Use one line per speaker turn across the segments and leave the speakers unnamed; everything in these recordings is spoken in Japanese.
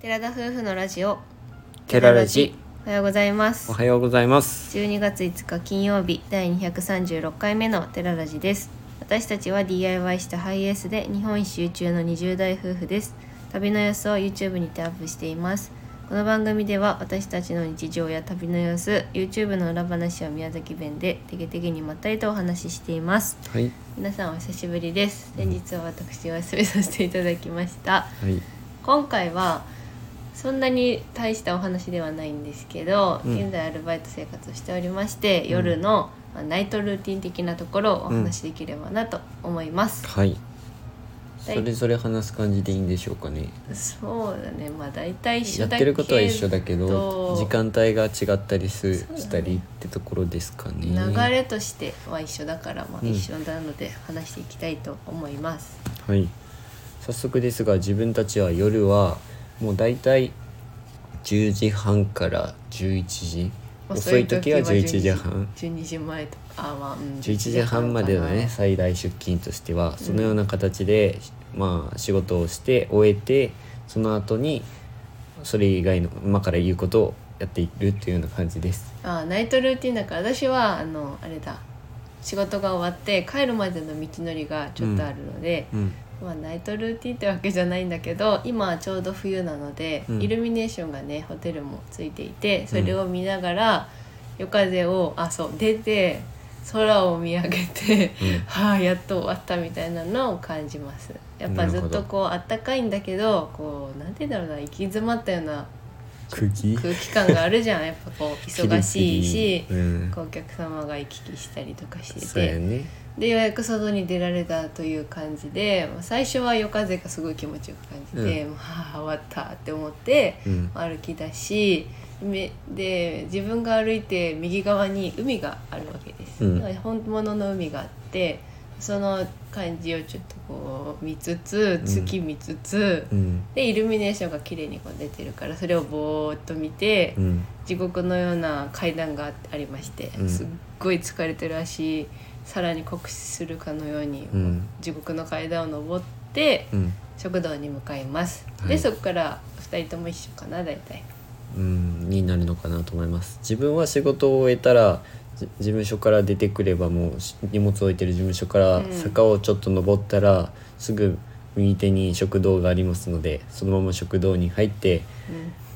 寺田夫婦のラジオ
テララジ
おはようございます
おはようございます
12月5日金曜日第236回目のテララジです私たちは DIY したハイエースで日本一周中の20代夫婦です旅の様子を YouTube にてアップしていますこの番組では私たちの日常や旅の様子 YouTube の裏話を宮崎弁でてげてげにまったりとお話ししています
はい
皆さんお久しぶりです先日は私お休みさせていただきました
はい
今回はそんなに大したお話ではないんですけど、
うん
現在アルバイト生活をしておりまして、夜のまあナイトルーティン的なところをお話しできればなと思います、
はいそれぞれ話す感じでいいんでしょうかね
そうだねまあ大体一
や
緒
っ
だけ
てる
ど
ことは一緒だけど時間帯が違ったりす
そうだね
したりってところですかね
流れとしては一緒だから、まあ、
うん
一緒なので話していきたいと思います、
はい早速ですが自分たちは夜はもうだいたい10時半から11時遅い時は11時半
12時前とかあまあ、うん、
11時半までのね最大出勤としてはそのような形で、まあ仕事をして終えてその後にそれ以外の今から言うことをやっているというような感じです
あナイトルーティンだから私はあのあれだ仕事が終わって帰るまでの道のりがちょっとあるので、
うん
まあ、ナイトルーティンってわけじゃないんだけど今はちょうど冬なので、
うん
イルミネーションがねホテルもついていてそれを見ながら、夜風をあそう出て空を見上げて、
うん
はあやっと終わったみたいなのを感じますやっぱずっ
なる
と
ほど
こうあったかいんだけどこうなんて言うんだろうな行き詰まったような
釘
空気感があるじゃんやっぱこう忙しいし
ピリピリうん
こうお客様が行き来したりとかして
そうや
て
ね
でようやく外に出られたという感じでまあ最初は夜風がすごい気持ちよく感じて、
う
もうはあ終わったって思って
うん
歩き出しめで自分が歩いて右側に海があるわけです、
うん
だから本物の海があってその感じをちょっとこう見つつ月見つつ、
うん
でイルミネーションが綺麗にこう出てるからそれをぼーっと見て、
うん
地獄のような階段がありまして、
うん
すっごい疲れてる足さらに酷使するかのように、
うん
地獄の階段を登って
うん
食堂に向かいます、
はい
でそこから2人とも一緒かな大体
うんになるのかなと思います自分は仕事を終えたらじ事務所から出てくればもうし荷物を置いてる事務所から
うん
坂をちょっと登ったら、すぐ右手に食堂がありますのでそのまま食堂に入って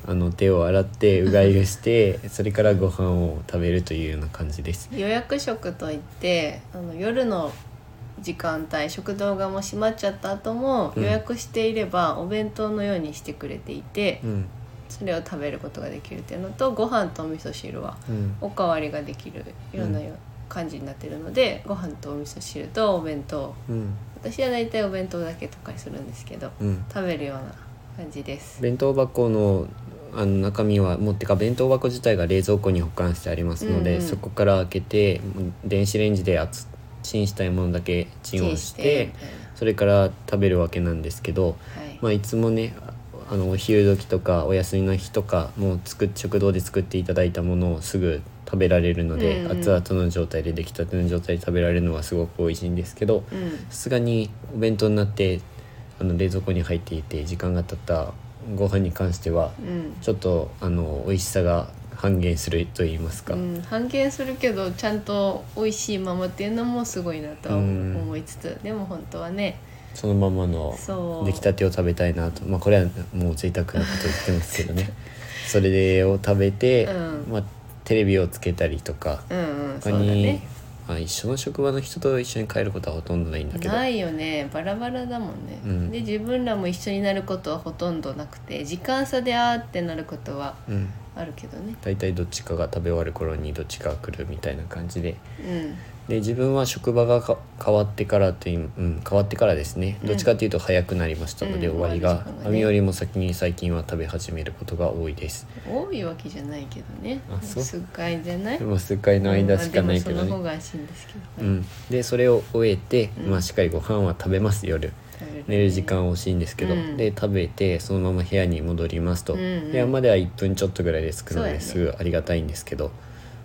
あの手を洗ってうがいをしてそれからご飯を食べるというような感じです。
うん予約食といってあの夜の時間帯食堂がもう閉まっちゃった後も
うん
予約していればお弁当のようにしてくれていて、
うん
それを食べることができるっていうのとご飯とお味噌汁は
うん
おかわりができるいろんなよ感じになってるので、ご飯とお味噌汁とお弁当
うん
私は大体お弁当だけとかにするんですけど
うん
食べるような感じです
弁当箱のあの中身はもうてか弁当箱自体が冷蔵庫に保管してありますの
う
で、
んうん
そこから開けてもう電子レンジで熱チンしたいものだけチンをして
みたい
それから食べるわけなんですけど、
なはい、
まあ、いつもねあのお昼時とかお休みの日とかもう作っ食堂で作っていただいたものをすぐ食べられるので、
うんうん
熱々の状態で出来たての状態で食べられるのはすごく美味しいんですけど、
うん
さすがにお弁当になってあの冷蔵庫に入っていて時間が経ったご飯に関しては
うん
ちょっとあの美味しさが半減すると言いますか、
うん、半減するけどちゃんと美味しいままっていうのもすごいなとは
うん
思いつつ、でも本当はね
そのままの
そう
出来たてを食べたいなとまあこれはもう贅沢なこと言ってますけ どねそれを食べて、
うん
まあ、テレビをつけたりとか
うんうんそ
他
うだ
に、
ね
まあ、一緒の職場の人と一緒に帰ることはほとんどないんだけど
ないよねバラバラだもんね、
うん
で自分らも一緒になることはほとんどなくて時間差であーってなることは
うん、
あるけどね
大体どっちかが食べ終わる頃にどっちかが来るみたいな感じで。
うん
で自分は職場がか変わってからという、うん、変わってからですね
うん
どっちかというと早くなりましたので、
うん
終わり
終わる
が
時間がね
網よりも先に最近は食べ始めることが多いです
多いわけじゃないけどね
あそう
数回じゃない
もう数回の間しかないけ
う
ど
んでもその方
ね、
が安心ですけ
う
ど、ね
ん、でそれを終えて、
うん
まあ、しっかりご飯は食べます夜
食べる
寝る時間は惜しいんですけど、
うん
で食べてそのまま部屋に戻りますと、
うんうん
部屋までは1分ちょっとぐらいで着く
そ
の
うやね
ですぐありがたいんですけど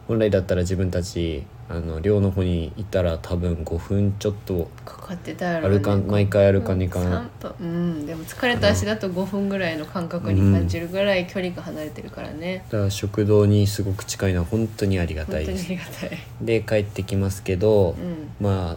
本来だったら自分たちあの寮の方にいたら多分5分ちょっと
かかってたやろうね
歩かん毎回歩か
うん
にかん
3分うんでも疲れた足だと5分ぐらいの感覚に感じるぐらい距離が離れてるからね、
だから食堂にすごく近いのは本当にありがた
本
い
当
で
にあ
す
りがたい
で帰ってきますけど、
うん
まあ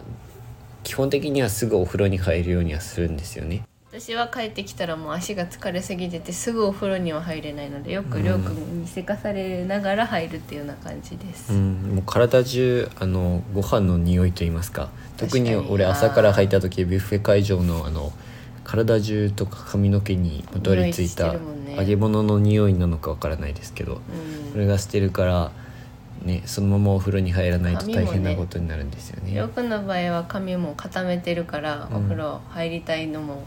基本的にはすぐお風呂に入るようにはするんですよね
私は帰ってきたらもう足が疲れすぎててすぐお風呂には入れないのでよく
うん
りょうくんにせかされながら入るっていうような感じです、
うん、もう体中あのご飯の匂いといいますか特に
確かに
俺朝から入った時ビュッフェ会場のあの体中とか髪の毛にまとわりつい
匂いして
た
るもんね
揚げ物の匂いなのかわからないですけど、
うん
それがしてるから、ね、そのままお風呂に入らないと大変なことになるんですよね。
りょうくんの場合は髪も固めてるから
うん
お風呂入りたいのも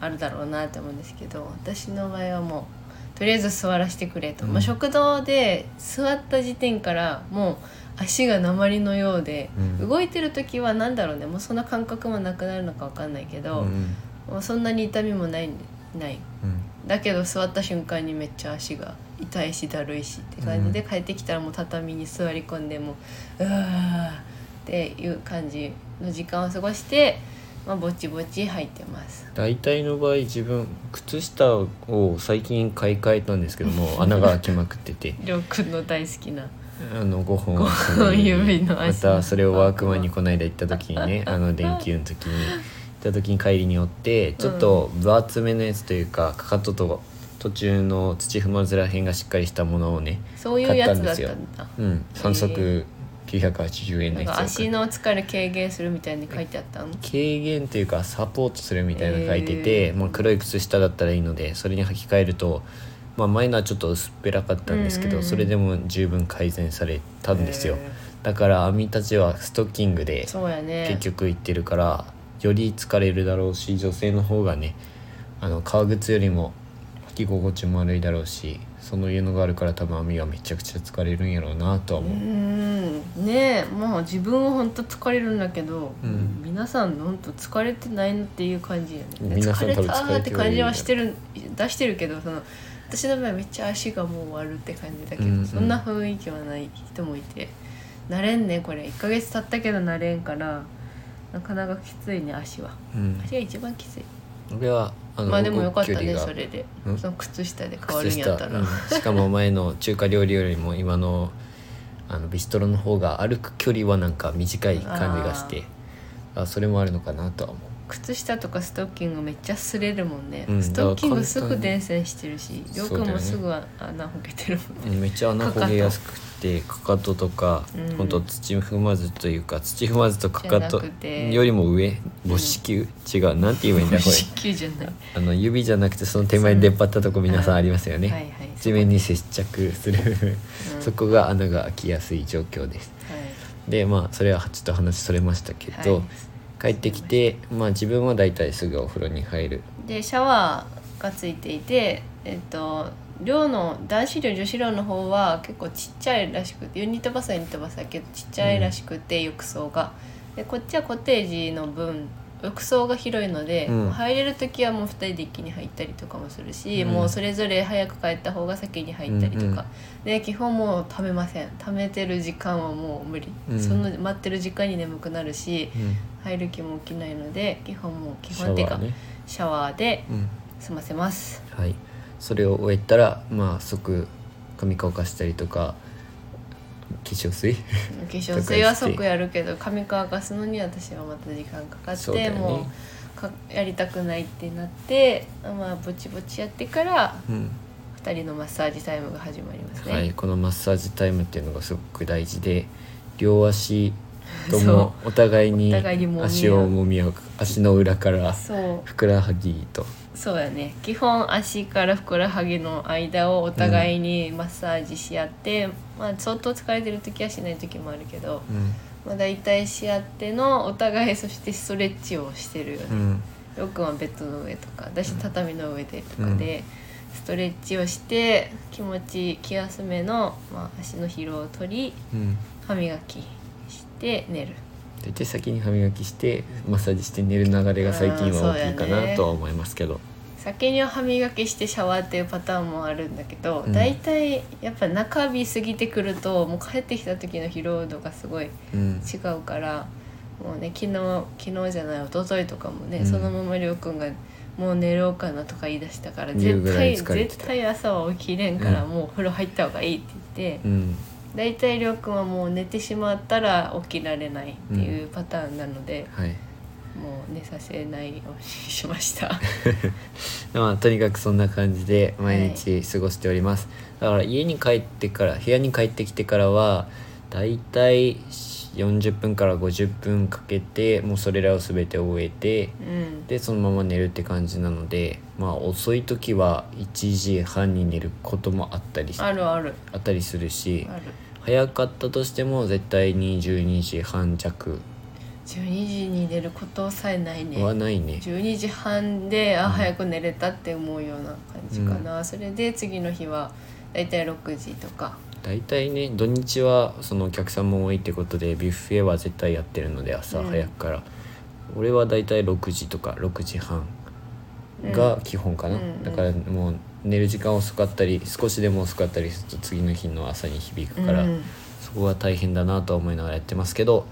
あるだろうなって思うんですけど、私の場合はもうとりあえず座らせてくれと、
うん
まあ、食堂で座った時点からもう足が鉛のようで、
うん
動いてる時は何だろうねもうそんな感覚もなくなるのかわかんないけど、
うん
もうそんなに痛みもないないだけど座った瞬間にめっちゃ足が痛いしだるいしって感じで帰ってきたらもう畳に座り込んでもううわーっていう感じの時間を過ごして、まあ、ぼちぼち入ってます。
大体の場合自分靴下を最近買い替えたんですけ ども穴が開きまくってて
りょうくんの大好きな
あの5本
5本指の
ま
足
たそれをワークマンにこの間行った時に ねあの連休の時に行った時に帰りに寄ってちょっと分厚めのやつというかかかとと途中の土踏まずら辺がしっかりしたものをね、
そういうやつだった
買った
んだ。
うん、3
へ
足980円の
なん
やつを
か
買っ
足の疲れ軽減するみたいに書いてあったの。
軽減というかサポートするみたいなの書いてて、
えー
まあ、黒い靴下だったらいいのでそれに履き替えると、まあ、前のはちょっと薄っぺらかったんですけ
う
ど、
んうんうん
それでも十分改善されたんですよ、
へー
だからアミたちはストッキングで
そうやね。
結局行ってるからより疲れるだろうし女性の方がねあの革靴よりも履き心地も悪いだろうしそのいうのがあるから多分網はめちゃくちゃ疲れるんやろうなとは
う
思う、
ーんねえもう自分は本当疲れるんだけど、
うん
皆さん本当疲れてないのっていう感じよね
皆さん多
疲
分
れたーって感じは
疲
して
れ
る出してるけどその私の場合めっちゃ足がもう終わるって感じだけど、
うんうん
そんな雰囲気はない人もいて慣れんねこれ1ヶ月経ったけど慣れんからなかなかきついね足は
うん、
足が一番きつい
俺はあの
まあでもよかっ
動
た
く距離
ね
が
それで、
うん
その靴下で変わる
靴
んや
下
ったら、
うんしかも前の中華料理よりも今のあのビストロの方が歩く距離はなんか短い感じがしてあそれもあるのかなとは思う
靴下とかストッキングめっちゃ擦れるもんね、
うん
ストッキングすぐ伝染してるしりょうくんもすぐ穴ほけてるもんね
うんめっちゃ穴
かかと
ほげやすくてかかととか、
うん
ほんと土踏まずというか土踏まずとかか
じゃ
と
なくて
よりも上母子球、違うなんて言えばいいんだこ れ
子宮じゃない、
あの指じゃなくてその手前に出っ張ったとこ皆さんありますよね、
はいはい
地面に接着する、
うん
そこが穴が開きやすい状況ですでまあそれはちょっと話それましたけど、
はい
帰ってきてまあ自分は大体すぐお風呂に入る
でシャワーがついていてえっと寮の男子寮女子寮の方は結構ちっちゃいらしくてユニットバスはユニットバスだけどちっちゃいらしくて、浴槽がでこっちはコテージの分浴槽が広いので、
うん
入れる時はもう2人で一気に入ったりとかもするし、
うん
もうそれぞれ早く帰った方が先に入ったりとか、
うんうん
で基本もう食べません食べてる時間はもう無理、
うん
その待ってる時間に眠くなるし入る気も起きないので基本もう基
シャ
本
ワ
っていうか
ーね、
シャワーで
うん
済ませます。
はいそれを終えたらまあ即髪乾かしたりとか化粧水
化粧水は即やるけど髪乾かすのに私はまた時間かかっ
そ
て、
うだよね
もうかやりたくないってなってまあぼちぼちやってから
うん
2人のマッサージタイムが始まりますね。
はい、このマッサージタイムっていうのがすごく大事で 両足と
そう
もお互いに
お互いに揉み合う
足を揉み合う足の裏から
そう
ふくらはぎと
そうやね基本足からふくらはぎの間をお互いにマッサージし合って、まあ相当疲れてる時はしない時もあるけど、まあ、大体し合ってのお互いそしてストレッチをしてるよね。
うん
よくはベッドの上とか私畳の上でとかで、ストレッチをして気持ち気休めの、まあ、足の疲労を取り
うん
歯磨きして寝る
大体先に歯磨きしてマッサージして寝る流れが最近は大きい
あー
か
そうや
な
ね
とは思いますけど、
先に歯磨きしてシャワーっていうパターンもあるんだけど、
うん
だいたいやっぱ中日過ぎてくるともう帰ってきた時の疲労度がすごい
うん
違うからもうね昨日昨日じゃない一昨日とかもね、
うん
そのままりょうくんが「もう寝ようかな」とか言い出したから
言
絶
うぐらい
対
疲れてた
絶対朝は起きれんから、
うん
もうお風呂入った方がいいって言って、
うん
だいたいりょうくんはもう寝てしまったら起きられないっていうパターンなので、
はい
もう寝させないようにしました。
まあとにかくそんな感じで毎日過ごしております、だから家に帰ってから部屋に帰ってきてからはだいたい40分から50分かけてもうそれらを全て終えて
うん、
でそのまま寝るって感じなのでまあ遅い時は1時半に寝ることもあったりし
あるある
あったりするし
ある
早かったとしても絶対に12時半弱
12時に寝ることさえないね
はないね
12時半であ
うん
早く寝れたって思うような感じかな、それで次の日はだいたい6時とか
大体ね土日はそのお客さんも多いってことでビュッフェは絶対やってるので朝
うん
早くから、俺は大体6時とか6時半が基本かな、
うんうん
だからもう寝る時間遅かったり少しでも遅かったりすると次の日の朝に響くから、
うん
そこは大変だなとは思いながらやってますけど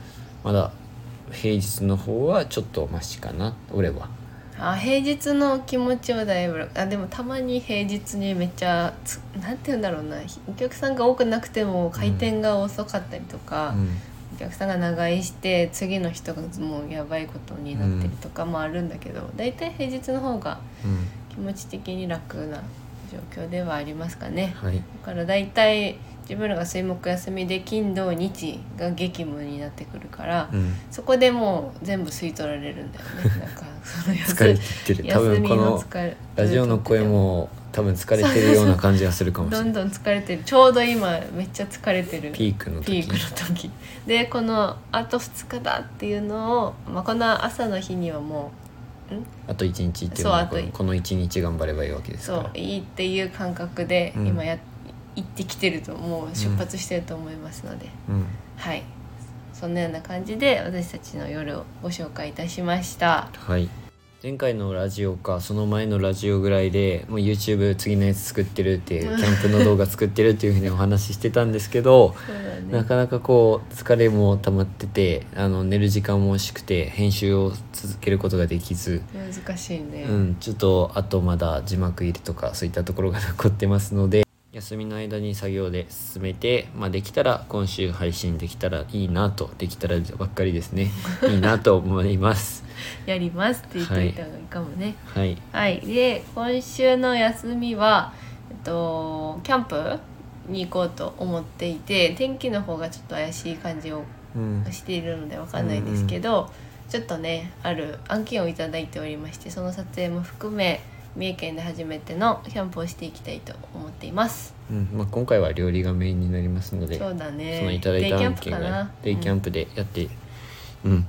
まだ平日の方はちょっとマシかな俺は
あ平日の気持ちはだいぶあでもたまに平日にめっちゃつなんて言うんだろうなお客さんが多くなくても回転が遅かったりとか、お客さんが長居して次の人がもうやばいことになってるとかもあるんだけど、だいたい平日の方が
うん、うん
気持ち的に楽な状況ではありますかね。
はい
だから大体自分らが水木休みで金土日が激務になってくるから、
うん
そこでもう全部吸い取られるんだよ ねなんかその
疲れ
休
切ってる多
休
分
み
こ
の
の
疲れ
ラジオの声も多分疲れてるような感じがするかもしれ
ど
ない
んどん疲れてるちょうど今めっちゃ疲れてる
ピークの
ピー
時
クの時でこのあと2日だっていうのを、まあ、この朝の日にはも
あと一日っていうのは
そ
こ
うあ
の
と
この一日頑張ればいいわけで
う
すから
そういいっていう感覚で
うん
今や、行ってきてるともう出発してると思いますので、
うん
はいそんなような感じで私たちの夜をご紹介いたしました
はい前回のラジオかその前のラジオぐらいでもう YouTube 次のやつ作ってるってキ
うん
ャンプの動画作ってるっていうふうにお話ししてたんですけど
そうだ ね
なかなかこう疲れも溜まっててあの寝る時間も惜しくて編集を続けることができず
難しいね、
うん、ちょっとあとまだ字幕入れとかそういったところが残ってますので休みの間に作業で進めて、まあ、できたら今週配信できたらいいなとできたらばっかりで すねいいなと思います
やりますって言っておいた方がいいかもね
はい
はい、で今週の休みは、えっと、キャンプに行こうと思っていて天気の方がちょっと怪しい感じを
うん
しているのでわかんないんですけど、ちょっとねある案件をいただいておりましてその撮影も含め三重県で初めてのキャンプをしていきたいと思っています。
うんまあ、今回は料理がメインになりますので
そうだね。
そのいただいた案件がデイキャン
プ
プでやって、うん、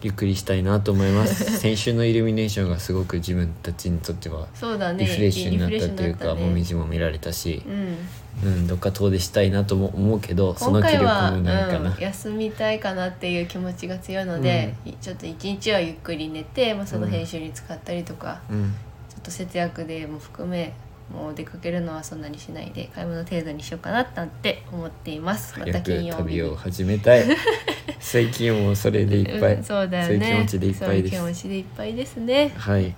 ゆっくりしたいなと思います 先週のイルミネーションがすごく自分たちにとって
かなう
は
んそうだね。
リフレッシュになったというか、
リフレッシュになったね
もみじも見られたし、
うん。
うん、どっか遠出したいなとも思うけどそ
今
の気
回
力も
は、
ないかな、
うん、休みたいかなっていう気持ちが強いので、いちょっと一日はゆっくり寝て、まあ、その編集に使ったりとか、
うん
ちょっと節約でも含めもう出かけるのはそんなにしないで買い物程度にしようかななんて思っていますまた
早
金
く
曜日
旅
に
を始 めたい最近もうそれでいっぱい、
うん、そうだ
そう
よ
いう
ね
気持ちでいっぱいです
そうう気持ちでいっぱいですね
は
は
い
い、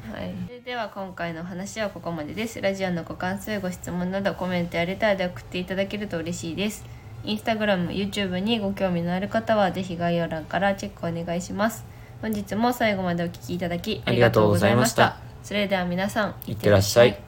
それでは今回のお話はここまでですラジオのご感想やご質問などコメントやレターで送っていただけると嬉しいですインスタグラム YouTube にご興味のある方はぜひ概要欄からチェックお願いします本日も最後までお聞きいただきありがとうございました
ありがとうござい
それでは皆さん
いってらっしゃい